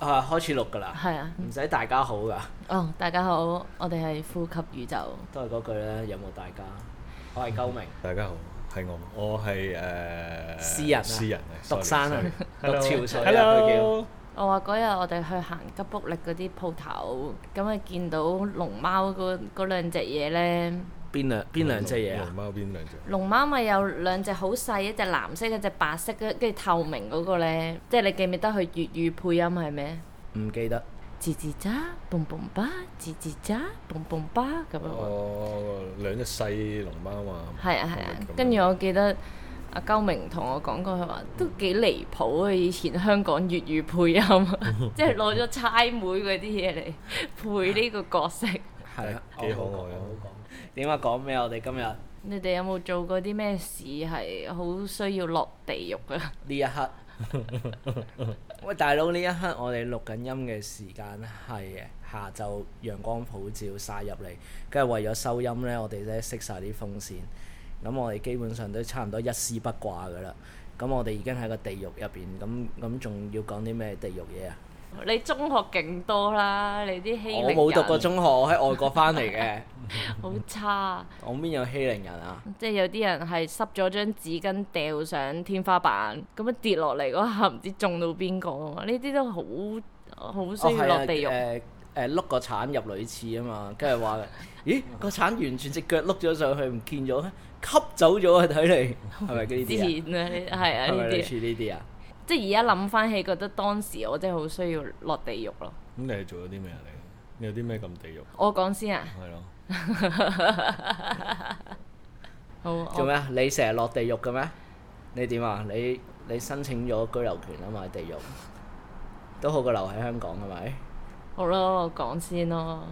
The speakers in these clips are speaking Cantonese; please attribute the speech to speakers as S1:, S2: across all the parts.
S1: 啊開始錄㗎啦，
S2: 係啊，
S1: 唔使大家好㗎，
S2: 哦，大家好，我哋係呼吸宇宙，
S1: 都係嗰句啦，有冇大家？我係鳩明，
S3: 大家好，係我，我係誒
S1: 詩人啊
S3: 詩人啊，
S1: 讀山啊
S3: sorry，sorry，
S1: 讀潮水啊
S3: Hello，
S2: 我話嗰日我哋去行吉卜力嗰啲鋪頭，咁啊見到龍貓嗰嗰兩隻嘢呢。
S1: 邊兩邊兩隻嘢
S3: 龍
S1: 啊？
S3: 貓邊兩隻？
S2: 龍貓咪有兩隻好細，一隻藍色，一隻白色，跟跟住透明嗰個呢。即係你記唔記得佢粵語配音係咩？
S1: 唔記得，
S2: 吱吱喳，嘣嘣吧，吱吱喳，嘣嘣吧咁樣。
S3: 哦，兩隻細龍貓嘛。
S2: 係啊係啊
S3: 咁樣，
S2: 跟住我記得阿鳩明同我講過，佢話都幾離譜啊！以前香港粵語 配音，啊即係攞咗差妹嗰啲嘢嚟配呢個角色。
S1: 係啊，
S3: 幾可愛啊
S1: 我好講我好講點解講咩？我哋今日呢
S2: 你哋有冇做過啲咩事係好需要落地獄啊？
S1: 一刻，喂大佬呢一刻我哋錄緊音嘅時間係下晝陽光普照晒入嚟，跟住為咗收音呢，我哋咧熄晒啲風扇，咁我哋基本上都差唔多一絲不掛㗎啦。咁我哋已經喺個地獄入邊，咁咁仲要講啲咩地獄嘢啊？
S2: 你中學勁多啦，你啲欺
S1: 我
S2: 凌
S1: 冇讀過
S2: 人
S1: 中學，我喺外國翻嚟嘅，
S2: 好差，
S1: 我邊有欺凌人啊？
S2: 即係有啲人係濕咗張紙巾掉上天花板，咁樣跌落嚟嗰下唔知中到邊個啊嘛！呢啲都好好
S1: 哦，
S2: 需要
S1: 係啊
S2: 落地獄。
S1: 誒誒碌個鏟入女廁啊嘛，跟住話， 咦個鏟完全只腳碌咗上去唔見咗，吸走咗啊！睇 嚟係咪呢
S2: 之
S1: 啲
S2: 前啊，呢係
S1: 啊？
S2: 啊
S1: 係咪
S2: 呢
S1: 類
S2: 啲，
S1: 似呢啲啊？
S2: 即係而家諗翻起，覺得當時我真係好需要落地獄咯。
S3: 咁你係做咗啲咩啊？你你有啲咩咁地獄？
S2: 我講先啊，
S3: 係咯，
S2: 好，我
S1: 做咩啊？你成日落地獄嘅咩？你點啊？你你申請咗居留權啊嘛？喺地獄都好過留喺香港係咪？
S2: 好啦，我講先咯。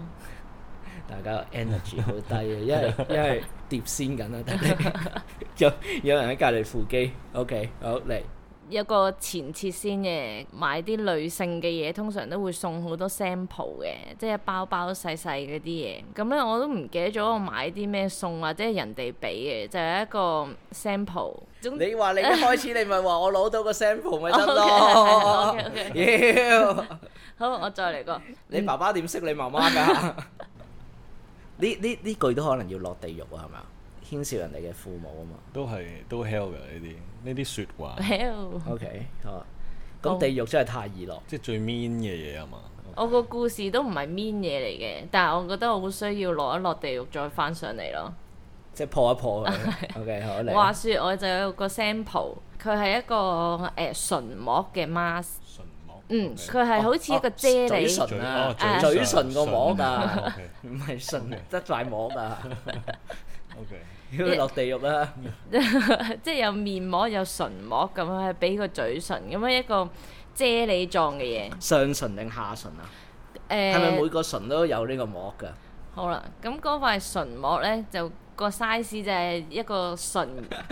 S1: 大家 energy 好低啊，因 為因為碟仙緊啊，但係有有人喺隔離扶機。OK，好嚟。
S2: 有個前設先嘅，買啲女性嘅嘢，通常都會送好多 sample 嘅，即係包包細細嗰啲嘢。咁咧我都唔記得咗我買啲咩送或者係人哋俾嘅，就係、一個 sample。總
S1: 你話你一開始你咪話我攞到個 sample 咪得咯
S2: OK，OK，OK，OK
S1: 妖！
S2: 好，我再 嚟個。
S1: 你爸爸點識你媽媽 㗎？呢呢呢句都可能要落地獄啊，係咪啊？牽涉人哋嘅父母啊嘛。
S3: 都係都 hell 嘅呢啲呢啲説話，
S1: OK，好啊。咁
S2: 好
S1: 地獄真係太易落。
S3: 即係最 mean 嘅嘢啊嘛。
S2: 我個故事都唔係 mean 嘢嚟嘅，但係我覺得我好需要落一落地獄再翻上嚟咯。
S1: 即係破一破佢。OK，好 à. 嚟
S2: 話
S1: 啊。
S2: 說我就有個 sample，佢係一個誒、呃、唇膜嘅 mask，
S3: 唇膜，
S2: 嗯，
S3: OK
S2: 佢係好似一個啫
S1: 哦嘴
S2: 喱，
S1: 唇啊
S3: 哦，唇
S1: 嘴唇個膜㗎，
S3: OK
S1: 唔係唇得塊膜㗎。
S3: OK，
S1: 要落地獄啦。
S2: 即係有面膜有唇膜咁樣，係俾個嘴唇咁樣一個啫喱狀嘅嘢。誒、
S1: 上唇定下唇啊？係咪每個唇都有呢個膜㗎？
S2: 好啦，咁嗰塊唇膜咧就個 size 就係一 個唇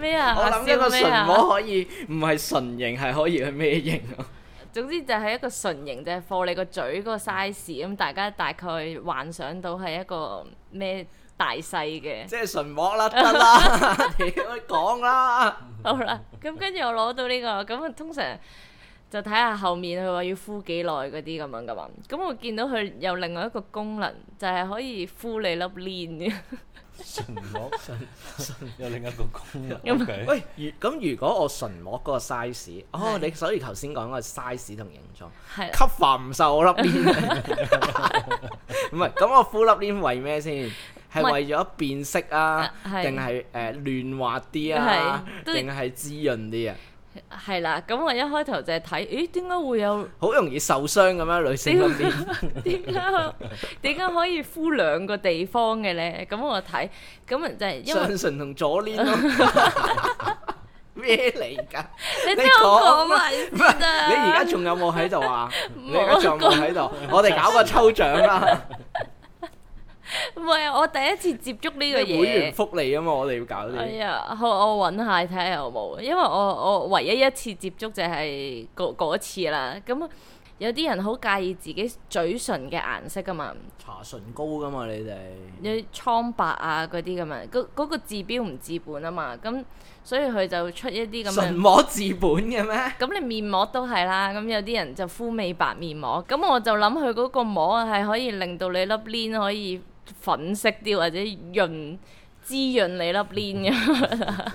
S2: 咩啊？
S1: 我諗一個
S2: 阿笑咩
S1: 唇
S2: 啊
S1: 膜可以唔係唇形，係可以去咩形啊？
S2: 總之就係一個唇形，就係、放你個嘴嗰個 size，咁大家大概幻想到係一個咩大細嘅。
S1: 即係唇膜啦，得啦，屌講啦。
S2: 好啦，咁跟住我攞到呢、個，咁啊通常就睇下後面佢話要敷幾耐嗰啲咁樣噶嘛。咁我見到佢有另外一個功能，就係、可以敷你粒鏈嘅。
S3: 唇膜唇唇有另一個功能。
S2: 咁
S3: OK
S1: 喂，如咁如果我唇膜嗰個 size，哦，你所以頭先講嗰個 size 同形狀
S2: 係啦，
S1: ，cover 唔受我粒 邊。唔係，咁我敷粒邊為咩先？
S2: 唔
S1: 係
S2: 係
S1: 為咗變色啊
S2: 啊，係
S1: 定係誒嫩滑啲啊，
S2: 係都
S1: 定係滋潤啲啊？
S2: 係啦。咁我一開頭就係睇，咦點解會有？
S1: 好容易受傷咁樣，女性嗰邊。
S2: 點解點解可以敷兩個地方嘅咧？咁我睇，咁就係 因為
S1: 上唇同左鏈咯。 咩嚟㗎？
S2: 你聽我講埋
S1: 唔
S2: 先
S1: 係
S2: 啊！
S1: 你而家仲有冇喺度啊？你而家仲有
S2: 冇
S1: 冇
S2: 啊
S1: 喺度？我哋搞個抽獎啦，
S2: 唔係我第一次接觸呢
S1: 即
S2: 個
S1: 係會員
S2: 嘢。
S1: 福利啊嘛，我哋要搞
S2: 哎
S1: 啲。
S2: 呀，好，我揾下睇下有冇，因為我我唯一一次接觸就係嗰嗰次啦。咁有啲人好介意自己嘴唇嘅顏色噶嘛，
S1: 搽唇膏噶嘛，你哋
S2: 有蒼白啊嗰啲咁樣，嗰、嗰個治標唔治本啊嘛，咁所以佢就出一啲咁
S1: 唇
S2: 樣。
S1: 膜治本嘅 咩？
S2: 咁你面膜都係啦，咁有啲人就敷美白面膜，咁我就諗佢嗰個膜係可以令到你粒 l 可以粉色啲或者潤滋潤你粒 l 嘅，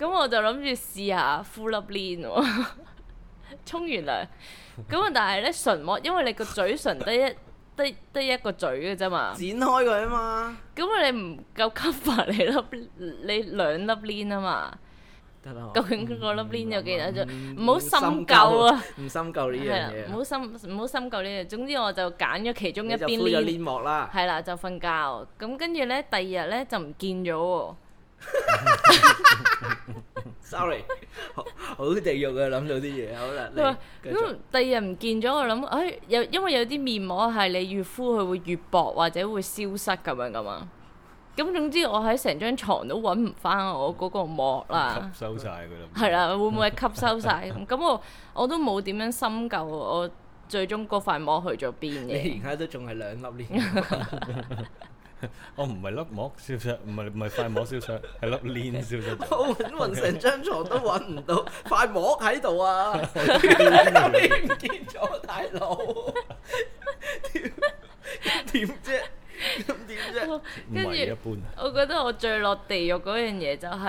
S2: 咁我就諗住試下敷粒 l 喎， 沖完涼，咁啊但係咧唇膜，因為你個嘴唇得一 得得一個嘴嘅啫嘛。
S1: 剪開佢啊嘛，
S2: 咁你唔夠 cover 你粒你兩粒鏈啊嘛？
S1: 得啦。
S2: 究竟嗰粒鏈有幾多
S1: 嗯
S2: 張？唔好深究啊！！
S1: 唔深究呢
S2: 係
S1: 樣
S2: 啦，
S1: 嘢
S2: 唔好
S1: 啊，
S2: 深唔好深究呢樣。總之我就揀咗其中一
S1: 你就
S2: 邊
S1: 敷咗
S2: 鏈，
S1: 黏膜啦。
S2: 係啦就瞓覺。咁跟住咧，第二日咧就唔見咗喎。
S1: Sorry，好好地獄啊！諗到啲嘢，好啦，
S2: 佢話
S1: 你繼續
S2: 咁第二日唔見咗，我諗，哎，有因為有啲面膜係你越敷佢會越薄或者會消失咁樣噶嘛。咁總之我喺成張床都揾唔翻我嗰個膜啦。
S3: 吸收晒佢啦。
S2: 係啦，會唔會吸收晒咁？咁我我都冇點樣深究我最終嗰塊膜去咗 邊嘅。
S1: 你而家都仲係兩粒黏，
S3: 我哦唔係粒膜消失，唔係唔係塊膜消失，係粒鏈消失咗。
S1: 我揾勻成張床都揾唔 到塊膜喺度啊！你唔見咗，大佬，點點啫？咁點啫？
S3: 唔
S2: 跟
S3: 係一
S1: 啊
S2: 住
S3: 般。啊
S2: 我覺得我最落地獄嗰樣嘢就係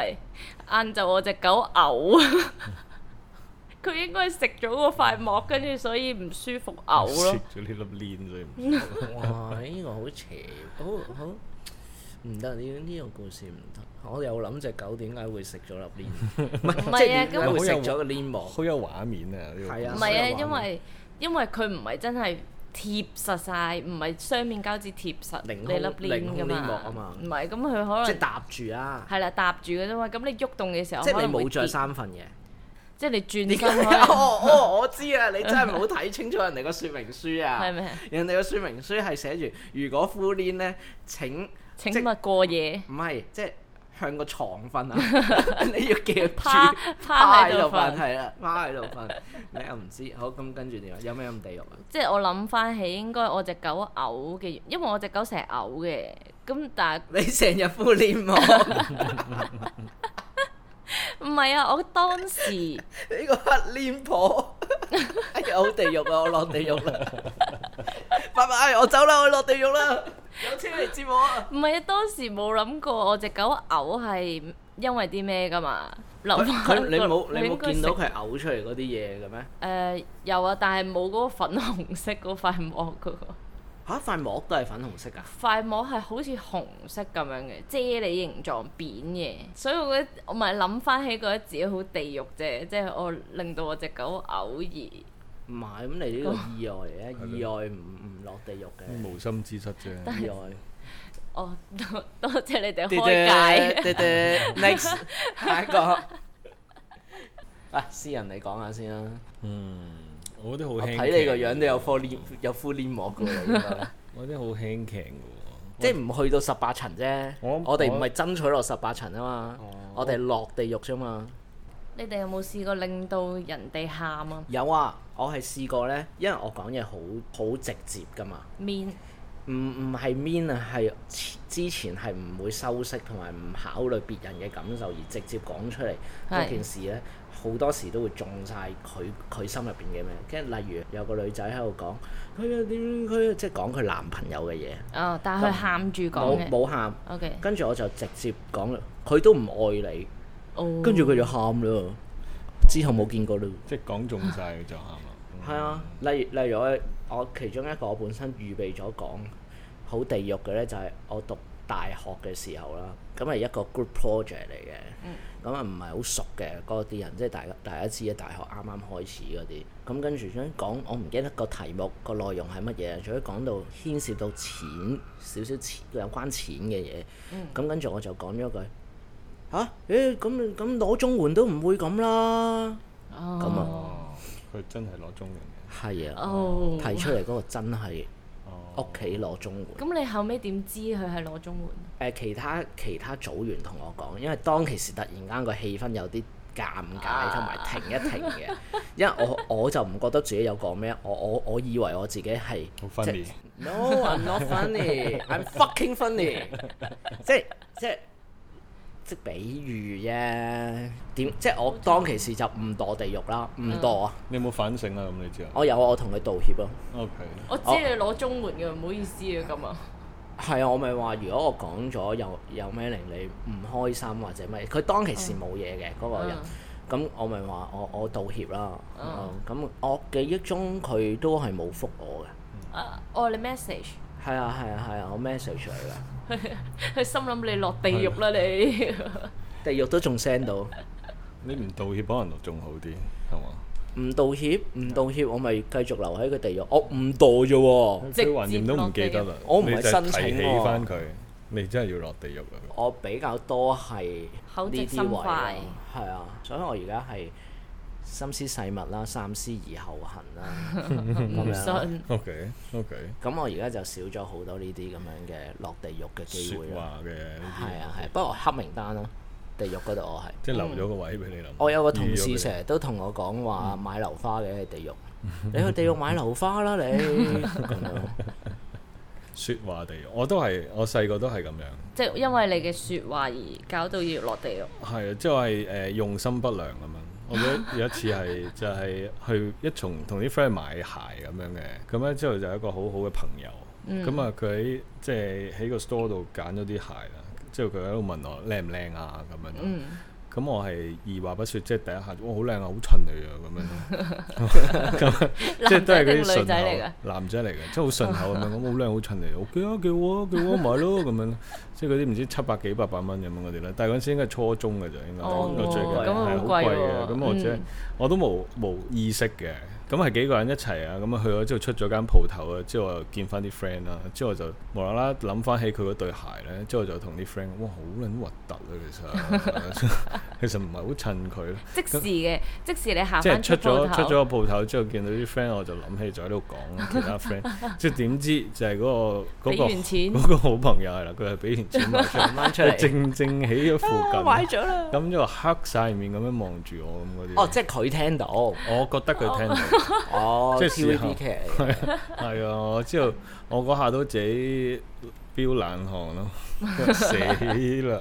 S2: 晏晝我只狗嘔， 佢應該食咗嗰塊膜，跟住所以唔舒服嘔咯。
S3: 食咗呢粒鏈，所以唔舒服
S1: 哇！呢、個好邪，好好唔得，呢呢、個故事唔得。我有諗只狗點解會食咗粒鏈， 唔係
S2: 唔
S1: 即
S2: 係啊
S1: 係點
S2: 咁
S1: 解會食咗個鏈 膜？
S3: 好有畫面啊！呢個
S1: 係啊
S2: 唔
S1: 所以
S2: 係啊，
S1: 有畫面
S2: 因為因為佢唔係真係貼實晒，唔係雙面膠紙貼實你
S1: 凌
S2: 粒
S1: 空
S2: 鏈
S1: 凌
S2: 㗎
S1: 空鏈膜啊嘛
S2: 唔係咁佢可
S1: 即
S2: 能
S1: 係。搭住啊！
S2: 係啦，搭住嘅啫嘛。咁你喐動嘅時候，
S1: 即係
S2: 可
S1: 你
S2: 能會
S1: 冇着
S2: 跌，
S1: 三份 嘅。
S2: 即係你轉
S1: 點解？
S2: 身開，
S1: 哦哦，我知啊！你真係冇睇清楚人哋個說明書啊！
S2: 係咪？
S1: 人哋個說明書係寫住，如果敷鏈咧，請
S2: 請
S1: 即
S2: 勿過夜，
S1: 唔係即係向個床瞓啊！ 你要夾
S2: 趴
S1: 住。
S2: 趴喺度瞓。
S1: 係啦，趴喺度瞓， 你又唔知，好咁跟住點啊？有咩咁地獄啊？
S2: 即係我諗翻起，應該我只狗嘔嘅，因為我只狗成日嘔嘅。咁但係
S1: 你成日敷臉膜，
S2: 唔係啊？我當時
S1: 你個黑臉婆， 哎呀好地獄啊！我落地獄啦， 拜拜，我走啦，我落地獄啦，有車嚟接我啊！
S2: 唔係啊，當時冇諗過我只狗嘔係因為啲咩㗎嘛？留
S1: 佢
S2: 返
S1: 佢你
S2: 個
S1: 冇你
S2: 啊應
S1: 冇
S2: 該
S1: 見到
S2: 食
S1: 佢嘔出嚟嗰啲嘢嘅咩？
S2: 誒有啊，但係冇嗰個粉紅色嗰塊膜嗰個。
S1: 嚇塊膜都係粉紅色啊！
S2: 塊膜係好似紅色咁樣嘅啫喱形狀扁嘅，所以我覺得我咪諗翻起覺得自己好地獄啫，即係我令到我只狗嘔
S1: 唔係咁，你呢
S2: 哦
S1: 個意外嚟嘅，意外唔唔落地獄
S2: 嗯
S1: 嘅
S3: 無心之失啫。
S1: 意外。
S2: 而哦多 多謝你哋
S1: 嘟嘟
S2: 開解。
S1: 嘟嘟 next 下一個。啊，私人你講下先啦。
S3: 嗯，我覺得好
S1: 我
S3: 輕。
S1: 睇你個樣都有科黏有敷黏膜㗎喎，應該
S3: 我覺得好輕騎嘅喎。
S1: 即係唔去到十八層啫。
S3: 我
S1: 我哋唔
S3: 我
S1: 係爭取落十八層啊嘛，我哋落地獄啫嘛。
S2: 你哋有冇試過令到人哋喊啊？
S1: 有啊，我係試過呢，因為我講嘢好好直接㗎嘛。
S2: 面
S1: 唔唔係 mean 啊，係之前係唔會修飾同埋唔考慮別人嘅感受而直接講出嚟
S2: 係
S1: 嗰件事呢，好多時都會中晒佢佢心入邊嘅咩。跟住例如有個女仔喺度講，佢啊點佢啊即係講佢男朋友嘅嘢，
S2: 哦，但係佢喊住講
S1: 冇
S2: 嘅。
S1: 冇喊，
S2: O K，
S1: 跟住我就直接講啦，佢都唔愛你，
S2: 哦，
S1: 跟住佢就喊啦，之後冇見過啦。
S3: 即係講中晒佢就喊啦。
S1: 係啊，例如例如我我其中一個我本身預備咗講好地獄嘅咧，就係、我讀大學嘅時候啦，咁係一個 group project 嚟嘅，咁啊唔係好熟嘅嗰啲人，即係大家大家知嘅大學啱啱開始嗰啲，咁跟住想講我唔記得個題目個內容係乜嘢，仲要講到牽涉到錢少少錢有關錢嘅嘢，咁跟住我就講咗一句吓，咦咁咁攞綜援都唔會咁啦，咁啊
S2: 哦
S3: 哦，佢真係攞中人嘅。
S1: 係啊。
S2: 哦，
S1: 提出嚟嗰個真係
S3: 哦，
S1: 屋企攞綜援。誒、
S2: 咁你後尾點知佢係攞綜援？
S1: 其他其他組員同我講，因為當其時突然間個氣氛有啲尷尬同埋停一停 嘅，因為我我就唔覺得自己有講咩，我我我以為我自己係
S3: 好 funny
S1: 即 No, I'm not funny. I'm fucking funny 即係即係即係比喻啫。點即係我當其時就唔墮地獄啦，唔墮啊！
S3: 你有冇反省啊？咁你之後
S1: 我有啊我同佢道歉咯。
S3: ，OK，
S2: 我知你攞綜援嘅，唔好意思啊咁啊。
S1: 係啊，我咪話如果我講咗有有咩令你唔開心或者咩，佢當其時冇嘢嘅嗰個人。咁我咪話我我道歉啦，哦
S2: 嗯
S1: 咁、我記憶中佢都係冇覆我嘅，
S2: 啊，哦，你 message，
S1: 係啊係啊係啊，我 message 佢嘅，
S2: 佢心諗你落地獄啦你。
S1: 地獄都仲 send 到，
S3: 你唔道歉可能仲好啲，係嘛？
S1: 唔道歉唔道歉，我咪繼續留喺個地獄，我唔墮啫喎，
S2: 直接
S3: 佢還念都唔記得啦，
S1: 我唔係
S3: 你就
S1: 申請
S3: 提起
S1: 喎
S3: 翻佢，你真係要落地獄啊啦！
S1: 我比較多係
S2: 口
S1: 呢
S2: 直
S1: 啲
S2: 心
S1: 位咯，
S2: 快
S1: 係啊，所以我而家係心思細密啦，三思而後行啦，
S2: 唔信。
S3: OK OK，
S1: 咁我而家就少咗好多呢啲咁樣嘅落地獄嘅機會
S3: 説
S1: 啦，
S3: 話嘅呢啲
S1: 係啊係，不過我黑名單咯，地獄嗰度我係。
S3: 即係留咗個位俾你嗯諗。
S1: 我有個同
S3: 預
S1: 事
S3: 咗
S1: 成日都同我講話買樓花嘅喺地 獄，你去地獄買樓花啦你。咁樣
S3: 佢説話地獄，我都係我細個都係咁樣，
S2: 即係因為你嘅説話而搞到要落地獄。
S3: 係啊，即係誒用心不良咁樣。我記得 有一次係就係去一從同啲 friend 買鞋咁樣嘅，咁咧之後就有一個好好嘅朋友，
S1: 嗯
S3: 咁啊佢喺即係喺個 store 度揀咗啲鞋啦，之後佢喺度問我靚唔靚啊咁樣。
S1: 嗯
S3: 咁我係二話不說，即係第一下，哇好靚啊，好襯你 啊咁樣，咁即係都係嗰啲
S2: 男仔定女仔嚟
S3: 順口男仔嚟嘅，即係好順口咁樣，咁好靚好襯你，我幾啊幾好啊幾好啊買咯咁樣，即係嗰啲唔知七百幾八百蚊咁樣嗰啲咧，但係嗰陣時應該係初中嘅啫，應該
S2: 哦
S3: 我最
S1: 咁
S3: 緊
S1: 啊
S3: 係
S2: 好
S3: 好
S2: 貴
S3: 貴
S2: 喎
S3: 嘅，咁我即係
S2: 嗯
S3: 我都冇冇意識嘅，咁係幾個人一齊啊，咁啊去咗之後出咗間鋪頭啊，之後我又見翻啲 friend 啦，之後我就無啦啦諗翻起佢嗰對鞋咧，之後我就同啲 friend 哇好撚核突啊其實， 其實唔係好襯佢咯。
S2: 即時嘅，即時你下
S3: 即係
S2: 翻
S3: 出
S2: 鋪
S3: 咗出
S2: 頭
S3: 咗個鋪頭之後，見到啲 friend，我就諗起就喺度講其他 friend，即係點知就係嗰、個嗰、
S2: 俾完錢
S3: 個嗰個好朋友係啦，佢係 俾完錢買出嚟，
S1: 翻出
S3: 佢
S1: 嚟，
S3: 正正喺咗附近，
S2: 買咗啦，
S3: 咁就黑晒面咁樣望住我咁嗰啲。
S1: 哦，即係佢聽到，
S3: 我覺得佢聽到，
S1: 哦，
S3: 即係事後
S1: TVB 劇嚟嘅，
S3: 係啊！我之後我嗰下都自己飆冷汗 咯，死啦！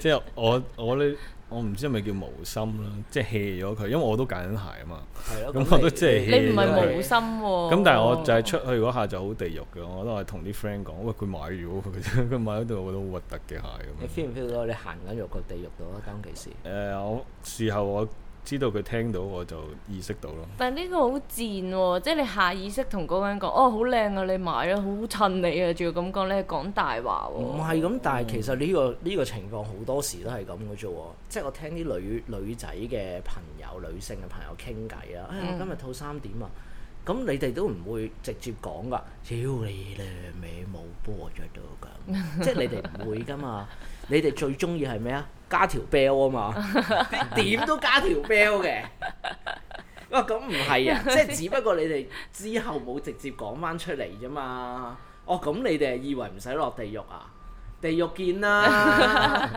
S3: 即係我我呢，我唔知係咪叫無心啦，即係 hea 咗佢，因為我都揀緊鞋啊嘛。
S1: 係咯。
S3: 咁我都即係
S2: 你唔係
S3: 冇
S2: 無心
S1: 哦
S2: 喎。
S3: 咁但係我就係出去嗰下就好地獄嘅，我都係同啲 friend 講，喂佢買咗喎， 佢買咗對我覺得好核突嘅鞋咁
S1: 你
S3: 樣。
S1: feel 唔 feel 到你行緊入個地獄度啊？當其時，
S3: 誒、我事後我知道佢聽到我就意識到咯。
S2: 但呢個好賤喎，即係你下意識同嗰個人講，哦，好靚啊，你買啦，好襯你啊，仲要咁講，你係講大話
S1: 唔
S2: 喎。
S1: 係咁，但係其實呢個呢個情況好多時都係咁嘅啫喎。即係我聽啲女女仔嘅朋友、女性嘅朋友傾偈啊，哎呀，我今日套三點啊。咁你哋都唔會直接講㗎，屌你咧，尾冇波咗到咁，即係你哋唔會㗎嘛。你哋最中意係咩啊？加條 bell 啊嘛，你點都加條 bell 嘅。哇，咁唔係 啊，即係只不過你哋之後冇直接講翻出嚟啫嘛。哦，咁你哋係以為唔使落地獄啊？地獄見 啦！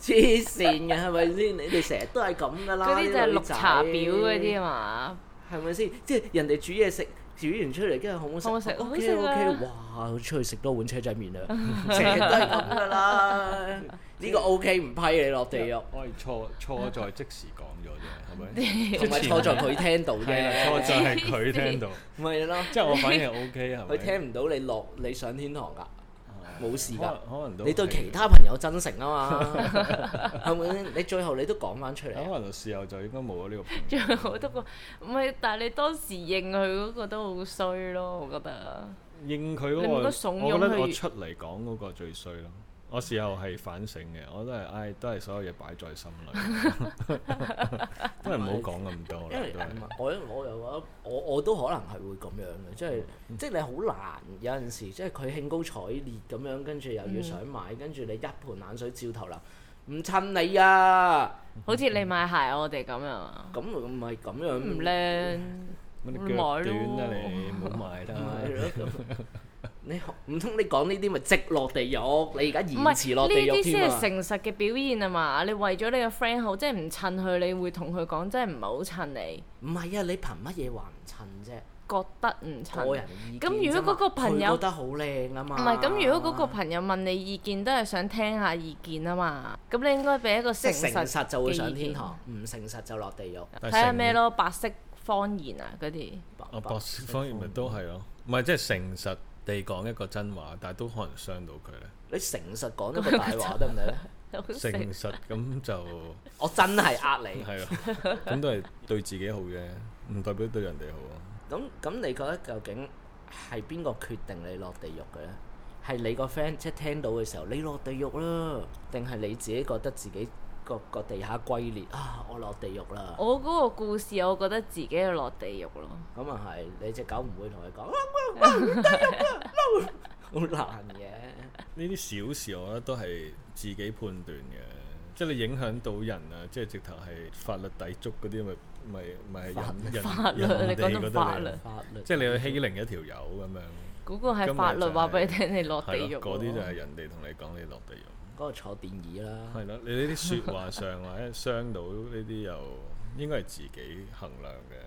S1: 黐線嘅係咪先？你哋成日都係咁噶啦。
S2: 嗰啲就係
S1: 啲
S2: 綠茶婊嗰
S1: 女仔
S2: 啲啊嘛。
S1: 係咪先？即係人哋煮嘢食，煮完出嚟跟住好唔
S2: 好唔
S1: 好
S2: 好
S1: 食
S2: 食
S1: ？O K
S2: 好
S1: O
S2: 好食
S1: K，
S2: 啊
S1: 哇！出去食多碗車仔麵啦，成日都係咁噶啦。呢個 O K 唔批你落地 獄，
S3: 我係錯錯在即時講咗 啫，係咪？
S2: 啊
S1: 同埋錯在佢聽到
S3: 係啦，錯
S1: 啫，
S3: 在係佢 聽到，
S1: 咪咯。
S3: 即係我反應 O K 係咪？
S1: 佢聽唔到你落你上天堂㗎，冇事
S3: 可
S1: 㗎
S3: 能。可能都
S1: 你對
S3: 係
S1: 其他朋友真誠 啊嘛，係咪先？你最後你都講翻出嚟啊。
S3: 可能事後就應該冇咗呢個朋友。
S2: 仲有好多個，唔係，但係你當時認佢嗰個都好衰咯，我覺得。
S3: 應佢嗰、
S2: 你冇得
S3: 個，
S2: 慫
S3: 我覺
S2: 恿
S3: 得
S2: 佢
S3: 我出嚟講嗰個最衰咯。我事後係反省嘅，我都係，唉，都係所有嘢擺在心 裏，都係唔好講咁多
S1: 因為
S3: 啦，
S1: 唔係我我又覺得我我都可能係會咁樣嘅，即係即係你好難有陣時，即係佢興高采烈咁樣，跟住又要想買，跟住你一盆冷水照頭啦，唔襯你啊！
S2: 好似你買鞋我哋咁樣啊，
S1: 咁唔係咁樣
S2: 唔靚。
S1: 嗯
S3: 都係。乜
S2: 咪
S3: 你腳
S2: 咯
S3: 短啊你，唔好買
S1: 咪
S3: 啦。
S1: 係咯咁你學唔通你講呢啲咪直落地獄？你而家延
S2: 唔
S1: 遲
S2: 係
S1: 落
S2: 呢
S1: 地獄
S2: 啲
S1: 添
S2: 先
S1: 啊
S2: 係！誠實嘅表現啊嘛！你為咗你個 friend 好，即係唔襯佢，你會同佢講，真係唔係好襯你，
S1: 唔係啊，你憑乜嘢話唔襯啫？
S2: 覺得唔
S1: 個
S2: 襯
S1: 人。意見
S2: 咁如果嗰個朋
S1: 佢
S2: 友
S1: 覺得好靚啊嘛，
S2: 唔係，咁如果嗰個朋友問你意見，都係想聽下意見啊嘛。咁你應該俾一個
S1: 即
S2: 誠
S1: 係誠實就會
S2: 嘅
S1: 上
S2: 意
S1: 天
S2: 見。
S1: 堂，唔誠實就落地獄。
S2: 睇下咩咯，白色方言啊嗰啲。
S3: 啊，博士方面咪都係咯，唔係即係誠實地講一個真話，但係都可能傷到佢咧。
S1: 你誠實講一個大 話得唔得咧？
S2: 好食
S3: 誠實咁就
S1: 我真係呃你。
S3: 係 咯，咁都係對自己好嘅，唔代表對人哋好啊。
S1: 咁咁，你覺得究竟係邊個決定你落地獄嘅咧？係你個 friend 即係聽到嘅時候，你落地獄啦，定係你自己覺得自己個個地下龜裂啊？我落地獄啦！
S2: 我嗰個故事，我覺得自己要落地獄咯。
S1: 咁啊係，你只狗唔會同佢講，啊唔得啊啊啊好難嘅。
S3: 呢啲小事我覺得都係自己判斷嘅，即係你影響到人啊，即係直頭係法律抵觸嗰啲咪咪咪人人
S2: 法律
S3: 人哋
S2: 你講到
S3: 覺得
S2: 法律
S1: 法律
S3: 即係你去欺凌一條友咁樣，
S2: 嗰個係
S3: 今日
S2: 法律
S3: 就係
S2: 話俾你聽，你落地
S3: 係
S2: 獄咯。
S3: 咯，嗰啲就係人哋同你講你落地獄。
S1: 嗰個坐電椅
S2: 啊
S1: 啦，
S3: 係咯，你呢啲説話上或者傷到呢啲又應該係自己衡量嘅。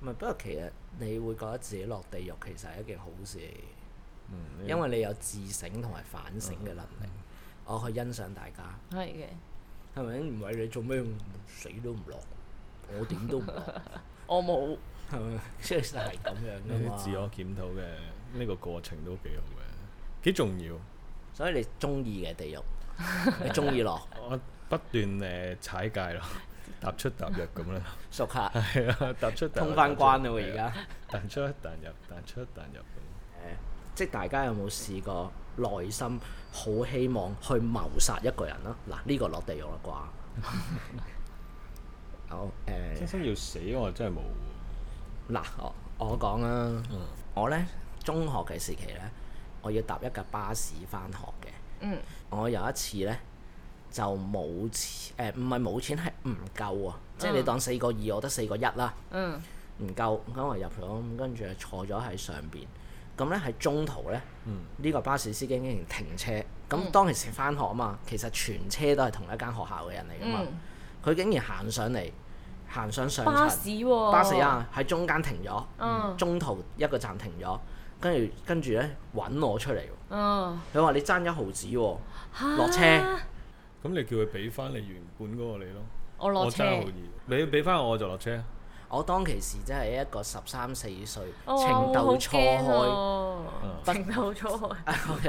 S1: 唔係不過其實你會覺得自己落地獄其實係一件好事嚟嘅。
S3: 嗯，
S2: 啊
S1: 因為你有自省同埋反省嘅能力，我去欣賞大家，
S2: 係嘅。
S1: 係咪？唔係你做咩死都唔落，我點都唔落，
S2: 我冇，
S1: 係咪？即係係咁樣
S3: 呢
S1: 噶
S3: 啲自
S1: 嘛。
S3: 我檢討嘅呢個過程都幾好嘅，幾重要。
S1: 所以你中意嘅地獄，你中意落，
S3: 我不斷誒、呃踩界咯，踏出踏入咁啦，
S1: 熟客
S3: 係啊， 踏出踏入
S1: 通翻關啦
S3: 踏出
S1: 喎而家。
S3: 彈出彈入，彈出彈入咁。
S1: 即係大家有冇試過內心好希望去謀殺一個人啦？嗱，呢個落地獄啦啩。好誒。
S3: 真心要死我真係冇喎，
S1: 嗱，我我講啦，我呢中學嘅時期呢，我要搭一架巴士翻學嘅。
S2: 嗯，
S1: 我有一次呢，就冇錢，誒唔係冇錢係唔夠啊！即係你當四個二，我得四個一啦，
S2: 嗯，
S1: 唔夠咁我入咗，跟住坐咗喺上邊。咁呢，喺中途呢，
S2: 嗯
S1: 呢、個巴士司機竟然停車。咁當其時翻學啊嘛，其實全車都係同一間學校嘅人
S2: 嗯
S1: 嚟噶嘛。佢、竟然行上嚟，行上
S3: 啊
S1: 上
S2: 巴
S1: 層。
S2: 士喎，
S1: 巴士，啊，喺中間停咗，
S2: 嗯
S1: 中途一個站停咗，跟住跟住咧揾我出嚟喎，
S2: 嗯，
S1: 佢話你爭一毫子喎、
S2: 嚇
S1: 落車，
S3: 咁你叫佢俾翻你原本嗰個你咯。
S2: 我落
S3: 我
S2: 車
S3: 真，係好易，你俾翻我就落車。
S1: 我當其時真係一個十三四歲
S2: 哦我
S1: 情
S2: 好
S1: 竇初
S2: 驚啊
S1: 開，
S2: 喎啊
S3: 嗯
S2: 情竇初 開，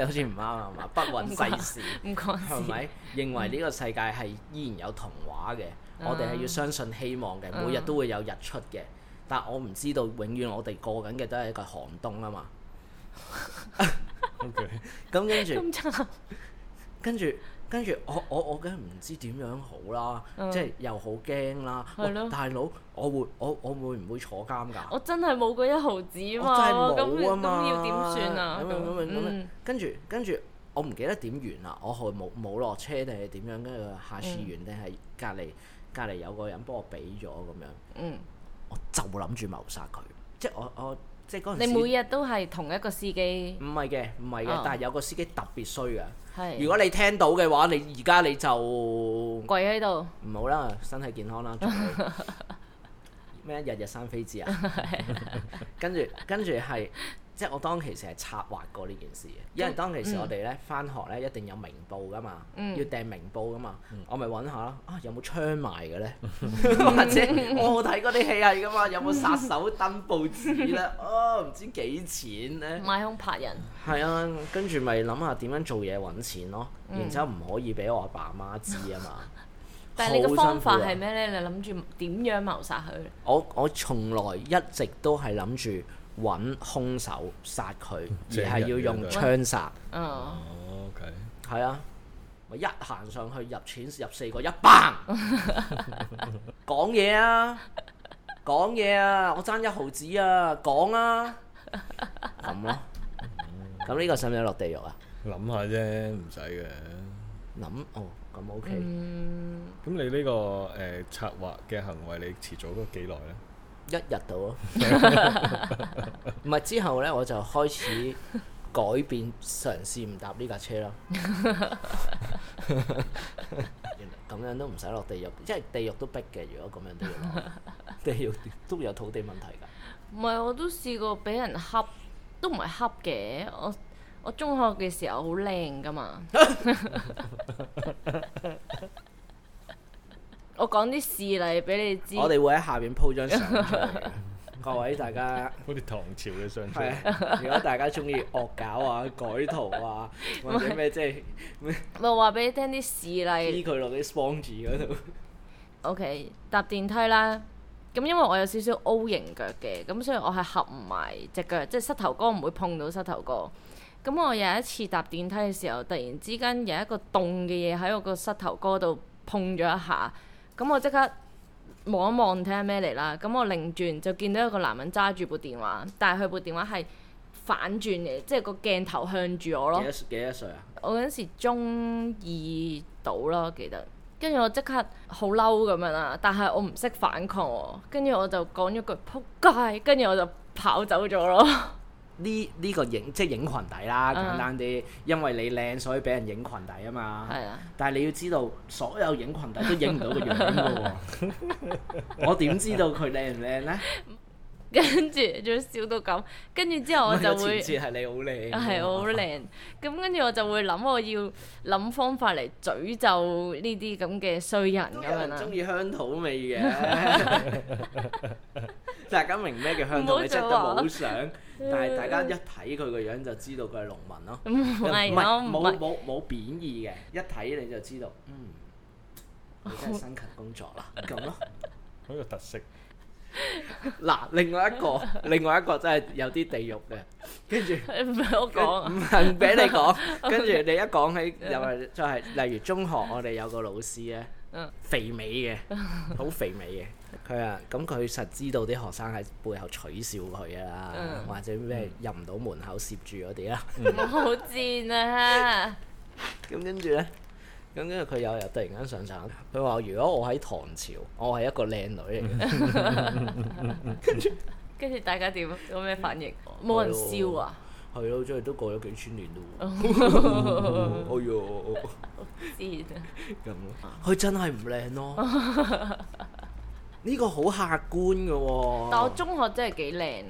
S1: 有啲唔啱啊嘛，不允世事。
S2: 唔講
S1: 係
S2: 事，
S1: 咪？ 認為呢
S2: 嗯
S1: 個世界係依然有童話嘅，我哋係要相信希望
S2: 嗯
S1: 嘅，每日都會有日出嘅。但我唔知道，永遠我哋過緊嘅都係一個寒冬 啊嘛。
S3: O K，
S1: 咁跟住。
S2: 咁慘，
S1: 跟住跟住我我我梗係唔知點樣好啦，即係又好驚啦。
S2: 嗯係
S1: 喂
S2: 咯
S1: 大佬，我會我我會唔會坐監㗎？
S2: 我真係冇過一毫子
S1: 我
S2: 嘛，
S1: 哦真係冇啊
S2: 咁
S1: 嘛，
S2: 咁要點算啊？
S1: 咁樣咁樣咁樣
S2: 嗯，
S1: 跟住跟住。我唔記得點完啦，我係冇冇落車定係點樣，跟住下次完定係隔離隔離有個人幫我俾咗咁樣，
S2: 嗯，
S1: 我就諗住謀殺佢，即係我我即係嗰陣
S2: 你
S1: 時
S2: 每日都係同一個司機，
S1: 唔係嘅唔係嘅
S2: 哦，
S1: 但係有個司機特別衰㗎，如
S2: 係
S1: 果你聽到嘅話，你而家你就
S2: 跪喺度，
S1: 唔好啦，身體健康啦，祝你咩日日生飛滋啊！跟住跟住係，即係我當其時係策劃過呢件事嘅，因為當其時我哋咧翻學咧一定有明報噶嘛，要訂明報噶嘛，我咪揾下啦，啊有冇槍賣嘅咧？或者我睇嗰啲戲係噶嘛，有冇殺手登報紙咧？哦，唔知幾錢咧？
S2: 買空拍人，
S1: 係啊，跟住咪諗下點樣做嘢揾錢咯，
S2: 嗯
S1: 然之後唔可以俾我阿爸媽知啊嘛。
S2: 但係你
S1: 好
S2: 嘅方法
S1: 辛苦啊
S2: 係咩咧？你諗住點樣謀殺佢？
S1: 我我從來一直都係諗住揾兇手殺佢，而
S3: 嗯正人
S1: 係要用槍殺。
S2: 嗯。
S1: 啊
S3: 哦 O K，
S1: 係啊，咪一行上去入錢入四個一 棒，講嘢啊，講嘢啊，我爭一毫子啊，講啊，咁 咯。咁呢個使唔使落地獄啊？
S3: 諗下啫，唔使嘅。
S1: 諗哦，咁 OK。
S2: 嗯
S3: 咁你呢、個誒、呃策劃嘅行為，你持續咗幾耐呢？
S1: 啊一日到咯。唔係之後呢，我就開始改變嘗試唔搭呢架車咯。原來咁樣都唔使落地獄，即係地獄都逼嘅。如果咁樣都要落，地獄都有土地問題㗎。
S2: 唔係，我都試過俾人恰，都唔係恰嘅。我我中學嘅時候好靚 噶嘛。我講啲事例俾你知。
S1: 我哋會喺下邊鋪張相出嚟嘅，各位大家。
S3: 好似唐朝嘅相出
S1: 係啊，如果大家中意惡搞啊、改圖啊，或者咩即係
S2: 咪話俾你聽啲事
S1: 依
S2: 例。
S1: 佢落啲 sponge 嗰度，
S2: OK，搭電梯啦。咁因為我有少少 O 型腳嘅，咁所以我係合唔埋只腳，即係膝頭哥唔會碰到膝頭哥。咁我有一次搭電梯嘅時候，突然之間有一個凍嘅嘢喺我個膝頭哥度碰咗一下，咁我即刻望一望睇下咩嚟啦。咁我擰轉就見到有個男人揸住部電話，但係佢部電話係反轉嘅，即係個鏡頭向住我咯
S1: 幾多。幾多歲啊？
S2: 我嗰陣時中二到啦，我記得。跟住我即刻好嬲咁樣啦，但係我唔識反抗喎。跟住我就講咗句撲街，跟住我就跑走咗咯。
S1: 啊呢呢個影即係影裙底啦，
S2: 嗯
S1: 簡單啲，因為你靚所以俾人影裙底啊嘛。
S2: 係啊，
S1: 但係你要知道，所有影裙底都影唔到個樣嘅 喎。我點知道佢靚唔靚呢？
S2: 跟住仲要笑到咁，跟住之後我 就會
S1: 啊前設係你好靚，
S2: 係我好靚。咁跟住我就會諗我要諗方法嚟詛咒呢啲咁嘅衰人
S1: 都
S2: 咁
S1: 有
S2: 樣啊
S1: 人
S2: 啦。
S1: 中啊意香土味 嘅，大家明咩叫香
S2: 唔
S1: 土
S2: 好啊嗯
S1: 味？即係
S2: 再話
S1: 冇相，但係大家一睇佢個樣就知道佢係農民咯。
S2: 唔係咯，唔
S1: 冇
S2: 係
S1: 冇冇貶義嘅，一睇你就知道，嗯，你真係辛勤工作啦，咁咯。
S3: 好有特色。
S1: 嗱，另外一個，另外一個真係有啲地獄嘅，跟住。
S2: 唔係我
S1: 跟
S2: 講啊。
S1: 唔係唔俾你講，跟住你一講起又係就係，例如中學我哋有個老師咧
S2: 嗯，
S1: 肥美嘅，好肥美嘅，佢啊咁佢實知道啲學生喺背後取笑佢啊
S2: 嗯，
S1: 或者咩入唔到門口攝住嗰啲啦，啊
S2: 好賤啊！
S1: 咁跟住咧，咁跟住佢有日突然間上場，佢話如果我喺唐朝，我係一個靚女嚟嘅，
S2: 跟住大家點有咩反應？冇人笑啊！
S1: 係咯，即係都過咗幾千年咯喎，
S2: 好
S1: 哎呦！
S2: 賤啊！
S1: 咁咯。佢真係唔靚咯， 呢個好客觀嘅喎。
S2: 但我中學真係幾靚，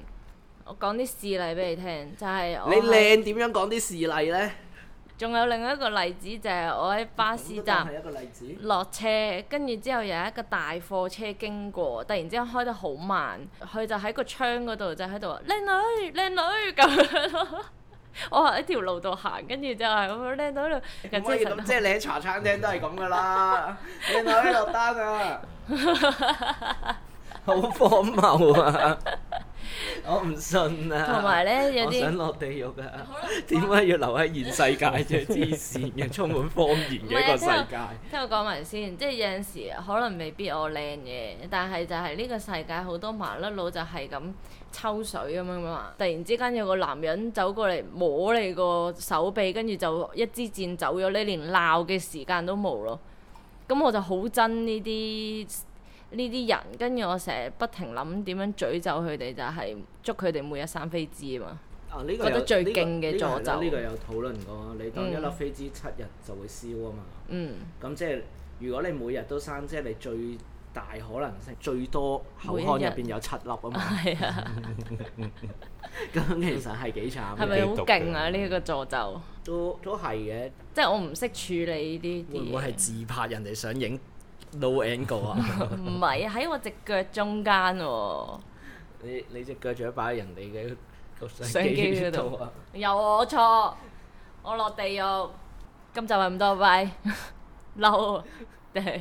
S2: 我講啲事例俾你聽，就係、我
S1: 你
S2: 係
S1: 靚點樣講啲事例呢？
S2: 仲有另一個例子就係我喺巴士站
S1: 咁都當係一啊個例子。
S2: 落車，跟住之後有一個大貨車經過，突然之間開得好慢，佢就喺個窗嗰度就喺度話靚女靚女咁樣咯。 我喺條路度行，跟住之後係咁樣靚女靚
S1: 唔可以咁，即
S2: 女，
S1: 係你喺茶餐廳都係咁噶 啦。靚女落單啊！好荒謬啊！我唔信啊！
S2: 同埋呢有
S1: 我
S2: 啲
S1: 想落地獄啊！點解要留喺現世界啫？黐線嘅，充滿謊言嘅一
S2: 啊
S1: 個世界。
S2: 聽我講埋先，即係有陣時可能未必我靚嘅，但係就係呢個世界好多麻甩佬就係咁抽水咁樣嘛。突然之間有個男人走過嚟摸你個手臂，跟住就一支箭走咗，你連鬧嘅時間都冇咯。咁我就好憎呢啲呢啲人，跟住我成日不停諗點樣詛咒佢哋，就係、祝佢哋每日生飛枝啊嘛。
S1: 啊！呢個
S2: 覺得
S1: 有
S2: 最
S1: 呢個
S2: 勁
S1: 呢
S2: 嘅
S1: 個係
S2: 助
S1: 啦
S2: 咒
S1: 呢個有討論過。你當一粒
S2: 嗯
S1: 飛枝七日就會燒啊嘛。
S2: 嗯，
S1: 咁即係如果你每日都生，即係你最大可能性最多口腔入
S2: 每一日
S1: 邊有七粒啊 嘛。
S2: 係啊，
S1: 咁其實係幾慘
S2: 係
S1: 嘅，
S2: 咪好
S3: 幾毒
S2: 勁啊？
S3: 嘅
S2: 呢、個助咒，
S1: 都都係嘅。
S2: 即係我唔識處理呢啲
S1: 會
S2: 嘢。
S1: 唔會係自拍人哋想影 no angle 啊？
S2: 唔係喺我只腳中間喎、
S1: 你你隻腳掌擺喺人哋嘅個
S2: 相
S1: 相
S2: 機
S1: 機
S2: 嗰
S1: 度啊
S2: 度？有我錯，我落地 獄。今集係咁多，拜拜。嬲啊，頂。